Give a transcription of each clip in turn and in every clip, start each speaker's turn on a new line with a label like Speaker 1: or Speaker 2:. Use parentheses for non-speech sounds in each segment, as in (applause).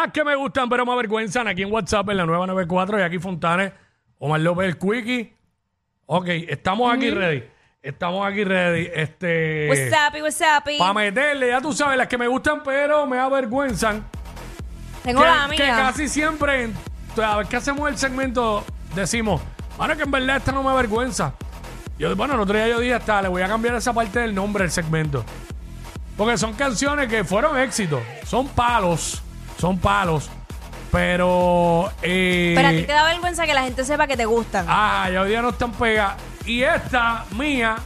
Speaker 1: Las Ah, que me gustan pero me avergüenzan aquí en WhatsApp en la nueva 94 y aquí Fontanes, Omar López, el Quickie. Ok, estamos aquí ready. Estamos aquí ready. Este.
Speaker 2: What's up, what's up?
Speaker 1: Para meterle, ya tú sabes, las que me gustan pero me avergüenzan.
Speaker 2: Tengo
Speaker 1: que,
Speaker 2: la
Speaker 1: que
Speaker 2: mía.
Speaker 1: casi siempre, en- a ver, que hacemos el segmento, decimos, bueno, que en verdad esta no me avergüenza. Yo, bueno, el otro día yo dije, hasta le voy a cambiar esa parte del nombre del segmento. Porque son canciones que fueron éxitos, son palos, son palos, pero... eh,
Speaker 2: Pero a ti te da vergüenza que la gente sepa que te gustan.
Speaker 1: Ah, ya hoy día no están pegadas. Y esta mía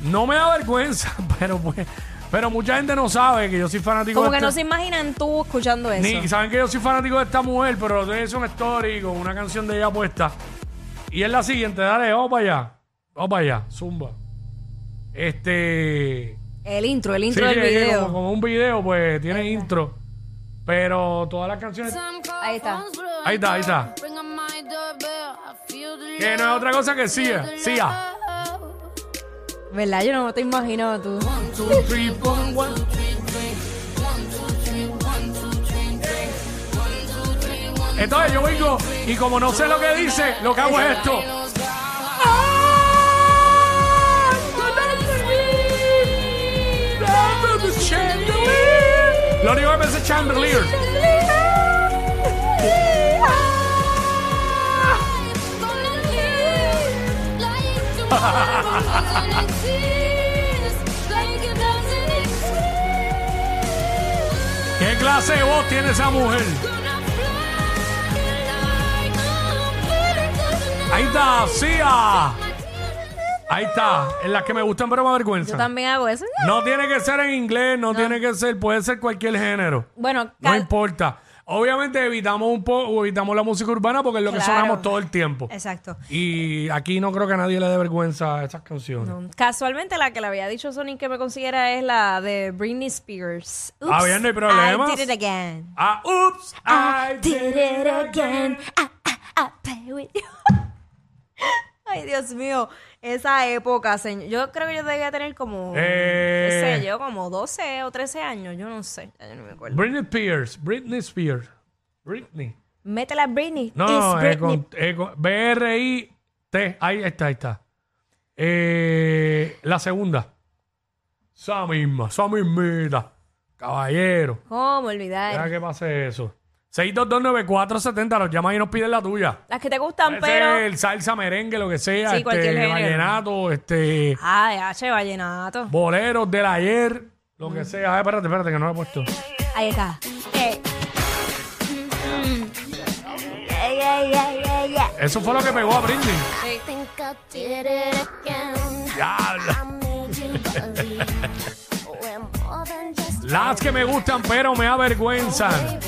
Speaker 1: no me da vergüenza, (laughs) pero pues, pero mucha gente no sabe que yo soy fanático
Speaker 2: Como
Speaker 1: de
Speaker 2: que no
Speaker 1: este-
Speaker 2: se imaginan tú escuchando eso.
Speaker 1: ni, saben que yo soy fanático de esta mujer, pero lo hice una story con una canción de ella puesta. Y es la siguiente, dale, vamos para allá. Vamos para allá, zumba. Este.
Speaker 2: El intro, el intro
Speaker 1: sí,
Speaker 2: del
Speaker 1: sí, sí,
Speaker 2: video.
Speaker 1: Como, como un video, pues tiene intro. Pero todas las canciones.
Speaker 2: Ahí está.
Speaker 1: Ahí está, ahí está. Que
Speaker 3: Que
Speaker 1: no es otra cosa que Sia. Sia.
Speaker 2: ¿Verdad? Yo no te imagino tú.
Speaker 1: Entonces yo vengo y como no sé lo que dice, lo que hago es esto. Lo único que pensé es Chandelier. ¿Qué clase de voz tiene esa mujer? Ahí está, Sia. Ahí está. En las que me gustan, pero me
Speaker 2: Yo
Speaker 1: avergüenza.
Speaker 2: también hago eso.
Speaker 1: No tiene que ser en inglés, no, tiene que ser, puede ser cualquier género.
Speaker 2: Bueno,
Speaker 1: No
Speaker 2: cal-
Speaker 1: importa. Obviamente evitamos un poco, evitamos la música urbana porque es lo que
Speaker 2: Claro.
Speaker 1: sonamos todo el tiempo.
Speaker 2: exacto.
Speaker 1: Y aquí no creo que a nadie le dé vergüenza a esas canciones.
Speaker 2: No, Casualmente la que le había dicho Sonic que me consiguiera es la de Britney Spears. Oops,
Speaker 1: Ah, bien, no hay problemas.
Speaker 2: I did it again.
Speaker 1: Ah, oops,
Speaker 2: Ah,
Speaker 1: I did it again.
Speaker 2: (laughs) Ay, Dios mío, esa época, señor. Yo creo que yo debía tener como,
Speaker 1: Eh.
Speaker 2: qué sé yo, como 12 o 13 años, yo no sé, ya yo no me acuerdo.
Speaker 1: Britney Spears, Britney Spears, Britney.
Speaker 2: Métela a Britney.
Speaker 1: No,
Speaker 2: It's
Speaker 1: no, eh,
Speaker 2: Britney.
Speaker 1: con, eh, con- B-R-I-T. Ahí está, ahí está. Eh, la segunda. Esa misma, esa mismita. Caballero.
Speaker 2: ¿Cómo olvidar?
Speaker 1: Deja que pase eso. 6229470, nos llama y nos piden la tuya.
Speaker 2: Las que te gustan,
Speaker 1: Puede ser
Speaker 2: pero...
Speaker 1: el salsa, merengue, lo que sea.
Speaker 2: Sí, cualquier
Speaker 1: este,
Speaker 2: género.
Speaker 1: vallenato, este,
Speaker 2: Ay, H, vallenato.
Speaker 1: boleros del ayer, lo que sea. Ay, espérate, espérate, que no lo he puesto.
Speaker 2: Ahí está. Eh,
Speaker 1: Eso fue lo que pegó a Britney. Diablo. Las que me gustan, pero me avergüenzan.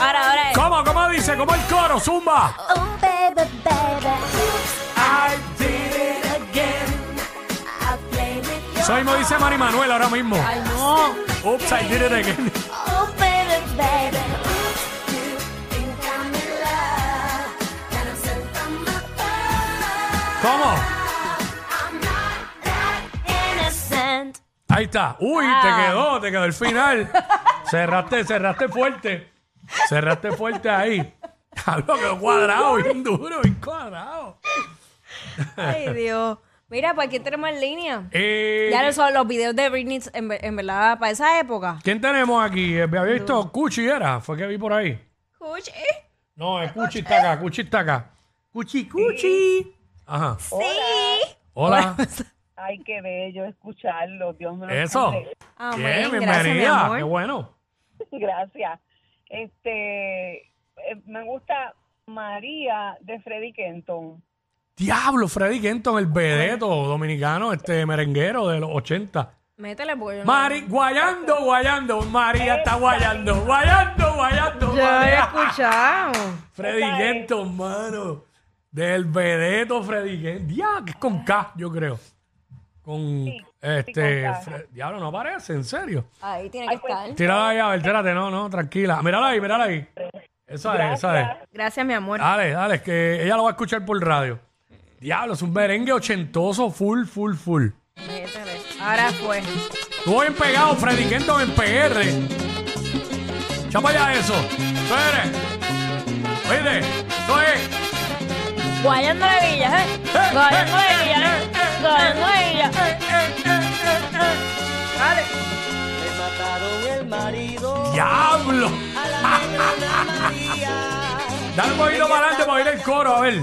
Speaker 2: ahora, ahora. eh.
Speaker 1: ¿Cómo? ¿Cómo dice? ¿Cómo el coro? Zumba.
Speaker 3: Oh, baby, baby.
Speaker 1: I did it again. Soy mismo dice Mari Manuel ahora mismo.
Speaker 2: Ay, no.
Speaker 1: Oops, I did it again.
Speaker 3: Oh, baby, baby. You think I'm in love. Got 'em sent from above.
Speaker 1: ¿Cómo?
Speaker 3: I'm not that innocent.
Speaker 1: Ahí está. Uy, te
Speaker 2: Ah.
Speaker 1: quedó, te quedó el final. cerraste, cerraste fuerte. Cerraste fuerte ahí. Hablo que cuadrado, bien duro, bien cuadrado. (laughs)
Speaker 2: Ay, Dios. Mira, ¿para qué tenemos en línea?
Speaker 1: Eh,
Speaker 2: Ya son los videos de Britney, en, ver- en verdad, para esa época.
Speaker 1: ¿Quién tenemos aquí? Eh, Había visto Cuchi, era. Fue que vi por ahí.
Speaker 2: Escuche.
Speaker 1: No, es Cuchi está acá, Cuchi está acá. Cuchi, Cuchi. Ajá.
Speaker 2: Sí.
Speaker 1: Hola.
Speaker 4: Ay, qué bello escucharlo. Dios me lo
Speaker 1: Eso.
Speaker 4: concede.
Speaker 1: Bien,
Speaker 2: Amén. Ah, Gracias, mi
Speaker 1: bienvenida.
Speaker 2: amor.
Speaker 1: Qué bueno.
Speaker 4: Eh. (laughs) Gracias. Este, eh, me gusta María de Freddy (laughs) Kenton.
Speaker 1: Diablo, Freddy Kenton, el vedeto dominicano, este merenguero de los 80.
Speaker 2: Métele, porque yo no-
Speaker 1: Mari, guayando, guayando, María está guayando, guayando, guayando,
Speaker 2: Yo lo he
Speaker 1: María.
Speaker 2: escuchado.
Speaker 1: Freddy
Speaker 4: Esa eh. es.
Speaker 1: Kenton, mano. Del vedeto Freddy Kenton. Ya, que es con K, yo creo. con
Speaker 4: Sí,
Speaker 1: este.
Speaker 4: con caja.
Speaker 1: Fre- Diablo, no parece, en serio.
Speaker 5: Ahí tiene que
Speaker 2: pues,
Speaker 5: estar.
Speaker 1: Tírala ahí, a ver, espérate, no, no, tranquila. Mírala ahí, mírala ahí. Esa es, esa es.
Speaker 2: Gracias, mi amor.
Speaker 1: Dale, dale, es que ella lo va a escuchar por radio. Diablo, es un merengue ochentoso, full, full, full.
Speaker 2: Métele. Ahora fue.
Speaker 1: Estuvo bien pegado, Freddy Kenton en PR. Chapa ya eso. Espere. Oye, eso es.
Speaker 5: Guayando la villa, ¿eh?
Speaker 1: (laughs)
Speaker 5: Guayando la villa, ¿eh? Guayando la villa.
Speaker 1: Eh,
Speaker 2: Dale.
Speaker 6: Le mataron el marido
Speaker 1: ¡Diablo!
Speaker 6: a la negra Ana María.
Speaker 1: Dale un poquito para adelante para oír el coro, a ver.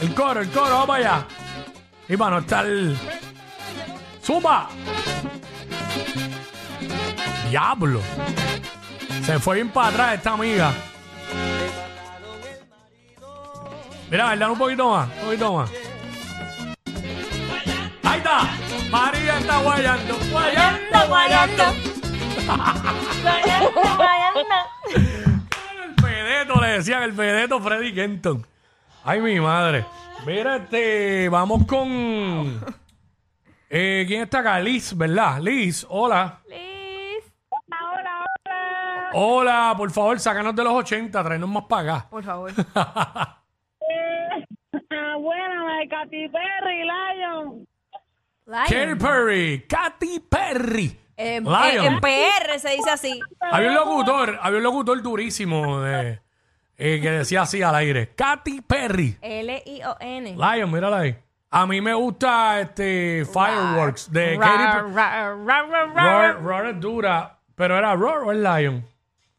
Speaker 1: El coro, el coro, vamos allá. Y para no estar. ¡Suma! ¡Diablo! Se fue bien para atrás esta amiga. Mira, dale un poquito más, un poquito más. Ahí está. María está guayando, guayando, guayando.
Speaker 5: Guayando, guayando.
Speaker 1: El Fedeto, le decían el Fedeto Freddy Kenton. Ay, mi madre. Mira, este, vamos con. Eh, ¿Quién está acá? Liz, ¿verdad? Liz, hola.
Speaker 2: Liz.
Speaker 4: Hola, hola.
Speaker 1: Hola, por favor, sácanos de los 80, traenos más para
Speaker 2: Por favor.
Speaker 1: acá.
Speaker 4: Ah, Buena, la de Katy Perry, Lion.
Speaker 1: Katy Perry, Katy Perry.
Speaker 5: En,
Speaker 1: Lion.
Speaker 5: Eh, en PR se dice así.
Speaker 1: Había un locutor, había un locutor durísimo de- eh, que decía así al aire. Katy Perry.
Speaker 2: L-I-O-N.
Speaker 1: Lion, mírala ahí. A mí me gusta este Fireworks de Katy Perry. Roar, roar es dura, pero era Roar o el Lion.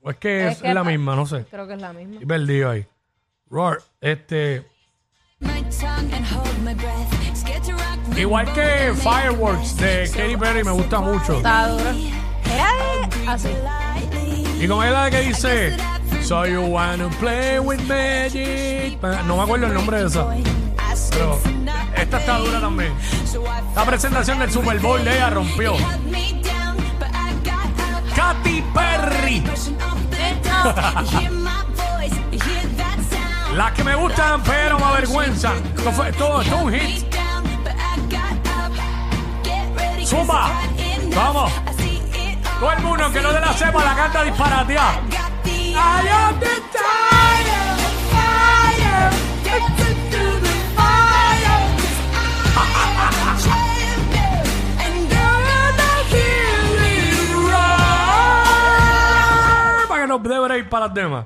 Speaker 1: O es que es,
Speaker 5: que
Speaker 1: la
Speaker 5: es-
Speaker 1: misma, no sé.
Speaker 5: Creo que es la misma.
Speaker 1: Estoy perdido ahí. Roar, este.
Speaker 3: My tongue and hold my breath. Scared to rock the
Speaker 1: Igual que Fireworks de Katy Perry me gusta mucho.
Speaker 5: Está duro. Era de- así.
Speaker 1: Y como es la que dice. So you wanna play with magic. Ah, No me acuerdo el nombre de esa. Pero esta está dura también. La presentación del Super Bowl de ella rompió.
Speaker 3: Held me down, but I got up.
Speaker 1: Katy (laughs) Perry.
Speaker 3: Brushing off the dust. You hear my voice, you hear that sound.
Speaker 1: Las que me gustan, pero me avergüenzan. Esto fue todo, esto es un hit.
Speaker 3: Me down, but I got up. Get ready, 'cause
Speaker 1: Zumba.
Speaker 3: it's hot enough.
Speaker 1: Vamos.
Speaker 3: I see it all.
Speaker 1: Todo el mundo que no de la sepa la canta disparateada.
Speaker 3: Got the
Speaker 1: I am the tiger.
Speaker 3: fire, dancing through the fire. 'Cause I am a champion, and you're the
Speaker 1: Roar. Para que nos dé break para las demás.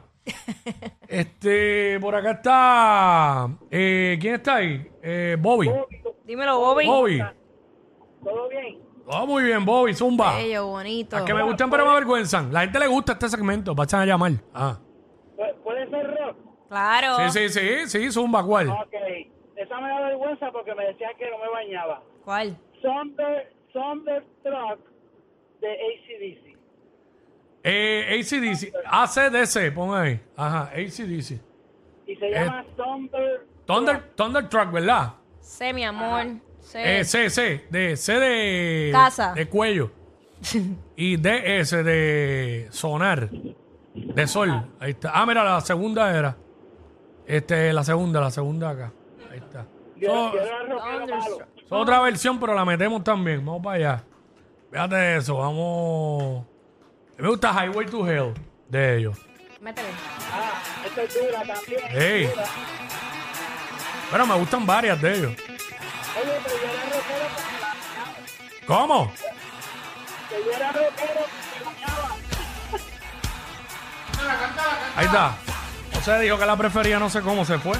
Speaker 1: Este, por acá está. eh, ¿Quién está ahí? Eh, Bobby.
Speaker 2: Dímelo, Bobby.
Speaker 1: Bobby.
Speaker 4: ¿Todo bien?
Speaker 1: Oh, muy bien, Bobby, zumba.
Speaker 2: Bello, bonito.
Speaker 1: Las que me gustan, pero me avergüenzan. La gente le gusta este segmento. Vayan a llamar. Ah.
Speaker 4: ¿Puede ser rock?
Speaker 2: Claro.
Speaker 1: Sí, sí, sí, sí, zumba, ¿cuál?
Speaker 4: Ok. Esa me da vergüenza porque me decía que no me bañaba.
Speaker 2: ¿Cuál?
Speaker 4: Thunder, Thunder Truck de ACDC.
Speaker 1: Eh, ACDC. ACDC, pon ahí. Ajá, ACDC.
Speaker 4: Y se llama Thunder.
Speaker 1: Thunder, Thunder Truck, ¿verdad?
Speaker 5: Sé, mi amor. Sé.
Speaker 1: Eh, C, C, de C de
Speaker 5: Casa.
Speaker 1: de cuello. y D S de sonar. De sol. Ahí está. Ah, mira, la segunda era. Este, la segunda, la segunda acá. Ahí está. So-
Speaker 4: Yo era rockero malo.
Speaker 5: Thunderstruck.
Speaker 1: so otra versión, pero la metemos también. Vamos para allá. Fíjate eso, vamos. A mí Me gusta Highway to Hell de ellos.
Speaker 5: Métele.
Speaker 4: Ah, esta es dura también.
Speaker 1: Hey.
Speaker 4: dura.
Speaker 1: Pero me gustan varias de ellos.
Speaker 4: Oye, pero yo era rockero porque
Speaker 1: ¿Cómo?
Speaker 4: que yo era rockero porque bañaba.
Speaker 1: Ahí está. O sea, dijo que la prefería, no sé cómo se fue.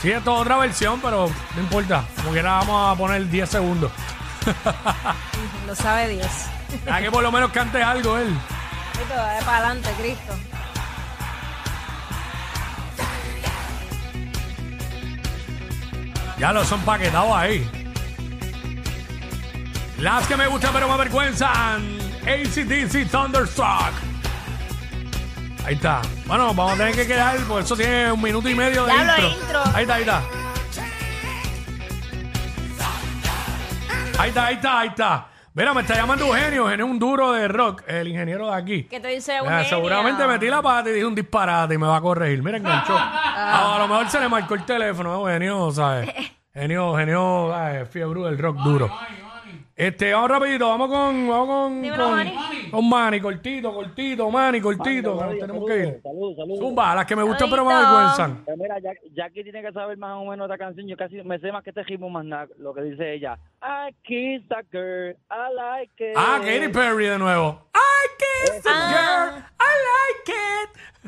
Speaker 1: Sí, esto es otra versión, pero no importa. Como quiera, vamos a poner 10 segundos.
Speaker 2: Lo sabe Dios.
Speaker 1: Hay que por lo menos cante algo él.
Speaker 5: Esto va para adelante, Cristo.
Speaker 1: Ya lo son paquetados ahí. Las que me gustan, pero me avergüenzan. ACDC Thunderstruck. Ahí está. Bueno, vamos a tener que quedar, por eso tiene un minuto y medio de
Speaker 5: Ya lo
Speaker 1: intro.
Speaker 5: intro.
Speaker 1: Ahí está, ahí está. Ahí está, ahí está, ahí está. Mira, me está llamando Eugenio. Eugenio es un duro de rock, el ingeniero de aquí.
Speaker 5: ¿Qué te dice
Speaker 1: Ah,
Speaker 5: Eugenia?
Speaker 1: seguramente metí la pata y dije un disparate y me va a corregir. Mira, enganchó. Ah, a lo mejor se le marcó el teléfono, eh, Eugenio,
Speaker 5: (laughs)
Speaker 1: ¿sabes? Eugenio, Eugenio, ¿sabes? fiebre del rock duro. Este, vamos rapidito, vamos con, vamos con,
Speaker 5: Dímelo,
Speaker 1: con,
Speaker 5: Manny.
Speaker 1: con Manny, cortito, cortito, Manny, cortito, que nos tenemos que ir.
Speaker 4: Saludos, saludos.
Speaker 1: Zumba, las que me gustan pero me
Speaker 5: Saludito.
Speaker 1: avergüenzan.
Speaker 4: Eh, Mira, Jack- Jackie tiene que saber más o menos esta canción. Yo casi me sé más que este ritmo más nada, lo que dice ella. I kiss a girl, I like it.
Speaker 1: Ah,
Speaker 5: Eh.
Speaker 1: Katy Perry de nuevo. I kiss
Speaker 5: Ah.
Speaker 1: a girl,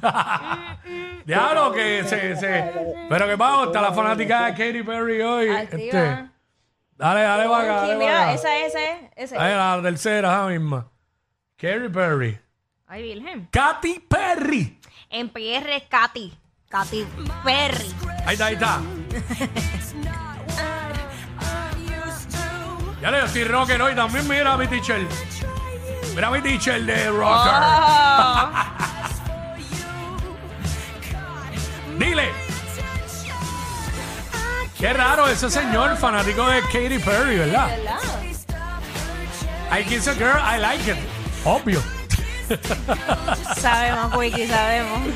Speaker 5: Mm,
Speaker 1: I like it. Diablo que se, se. Pero que pasa, está la fanática de Katy Perry hoy.
Speaker 5: Activa.
Speaker 1: Este. Dale, dale, vaca.
Speaker 5: Sí,
Speaker 1: Dale,
Speaker 5: mira,
Speaker 1: vaca.
Speaker 5: esa es, esa es, esa
Speaker 1: Ahí
Speaker 5: es.
Speaker 1: la tercera, esa misma. Katy Perry.
Speaker 5: Ay, Virgen.
Speaker 1: Katy Perry.
Speaker 5: En PR, Katy. Katy Perry.
Speaker 1: Ahí está, ahí está. Ya le yo estoy rocker hoy también. Mira a mi teacher. Mira a mi teacher de rocker.
Speaker 5: Ah.
Speaker 1: Ah.
Speaker 2: (laughs)
Speaker 1: Dile. Qué raro ese señor fanático de Katy Perry, ¿verdad? I kiss a girl, I like it. Obvio.
Speaker 5: sabemos, Wiki, sabemos.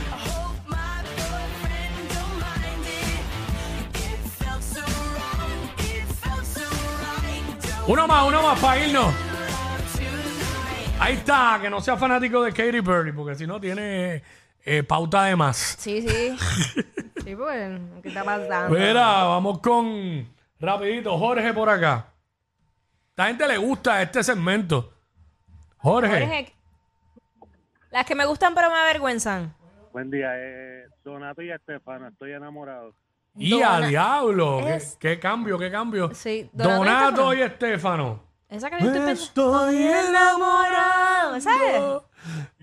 Speaker 1: Uno más, uno más para irnos. Ahí está, que no sea fanático de Katy Perry, porque si no tiene eh, pauta de más.
Speaker 2: Sí, sí. (laughs) sí, pues, ¿qué está pasando?
Speaker 1: Mira, vamos con rapidito, Jorge por acá. La gente le gusta este segmento. Jorge.
Speaker 2: Jorge, las que me gustan pero me avergüenzan.
Speaker 7: Buen día, eh, Donato y Estefano, estoy enamorado.
Speaker 1: Y a
Speaker 2: Dona-
Speaker 1: diablo, ¿Qué,
Speaker 2: Es-
Speaker 1: qué cambio, qué cambio.
Speaker 2: Sí, Donato y
Speaker 1: Donato y Estefano.
Speaker 2: Esa que yo estoy
Speaker 1: Pues.
Speaker 2: pensando.
Speaker 1: Estoy enamorado,
Speaker 2: ¿sabes?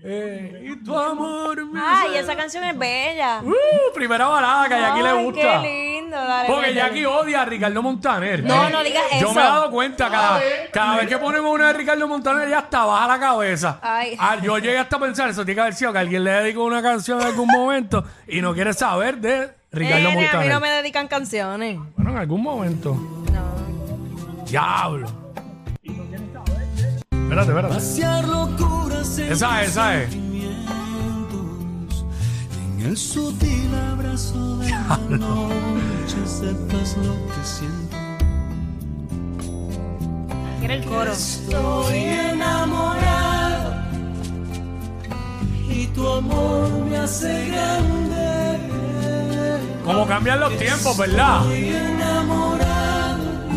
Speaker 1: eh, y tu amor me
Speaker 2: Ay,
Speaker 1: hace-
Speaker 2: esa canción es bella.
Speaker 1: Uh, primera balada que a Jackie le
Speaker 2: Ay,
Speaker 1: gusta.
Speaker 2: Qué lindo, dale.
Speaker 1: Porque
Speaker 2: métele.
Speaker 1: Jackie odia a Ricardo Montaner.
Speaker 2: No, no digas
Speaker 1: Yo
Speaker 2: eso.
Speaker 1: me he dado cuenta, cada, cada vez que ponemos una de Ricardo Montaner, ya hasta baja la cabeza.
Speaker 2: Ay.
Speaker 1: Ah, yo llegué hasta a pensar, eso tiene que haber sido que alguien le dedicó una canción en algún momento y no quiere saber de Ricardo
Speaker 2: Nene, a mí
Speaker 1: Montaner.
Speaker 2: no me dedican canciones.
Speaker 1: Bueno, en algún momento.
Speaker 2: No.
Speaker 1: Diablo. Espérate, espérate.
Speaker 6: Pasear locuras en
Speaker 1: Esa es, esa es.
Speaker 6: sentimientos. En el sutil abrazo de la noche sepas lo que siento.
Speaker 5: Quiero el coro.
Speaker 6: Estoy enamorado y tu amor me hace grande.
Speaker 1: Como cambian los tiempos, ¿verdad?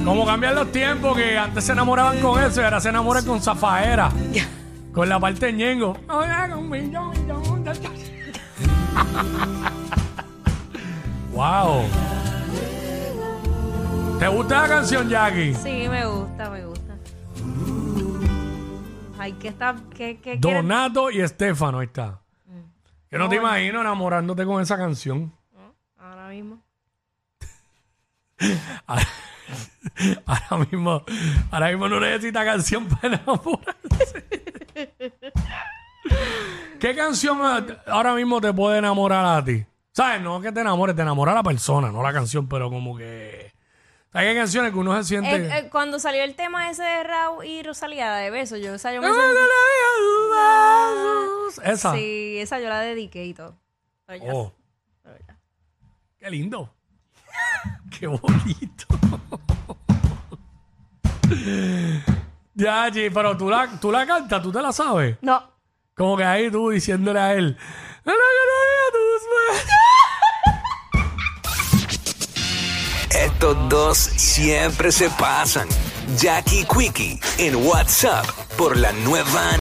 Speaker 1: Como cambian los tiempos, que antes se enamoraban con eso y ahora se enamoran con Zafaera. Con la parte de Ñengo. (laughs) wow. ¿Te gusta la canción, Jackie?
Speaker 2: Sí, me gusta, me gusta. Ay, ¿qué está? ¿Qué, qué, qué-
Speaker 1: Donato y Estefano, ahí está.
Speaker 2: Mm.
Speaker 1: Yo no te imagino enamorándote con esa canción.
Speaker 2: Ahora mismo.
Speaker 1: Ahora, (laughs) ahora mismo, ahora mismo no necesita canción para enamorarse. (laughs) ¿Qué canción a- ahora mismo te puede enamorar a ti? ¿Sabes? No que te enamores, te enamora la persona, no la canción, pero como que. ¿Sabes qué canciones que uno se siente?
Speaker 2: Eh, eh, cuando salió el tema ese de Raúl y Rosalía de besos, yo esa yo me
Speaker 1: Ah,
Speaker 2: Ah.
Speaker 1: Esa.
Speaker 2: Sí, esa yo la dediqué y todo. Pero ya-
Speaker 1: Oh. Qué lindo. (laughs) Qué bonito. (laughs) ya, G, pero tú la, tú la cantas, tú te la sabes.
Speaker 2: No.
Speaker 1: Como que ahí tú diciéndole a él. "No, no, no, no, no, no".
Speaker 8: Estos dos siempre se pasan. Jackie Quickie en WhatsApp por la nueva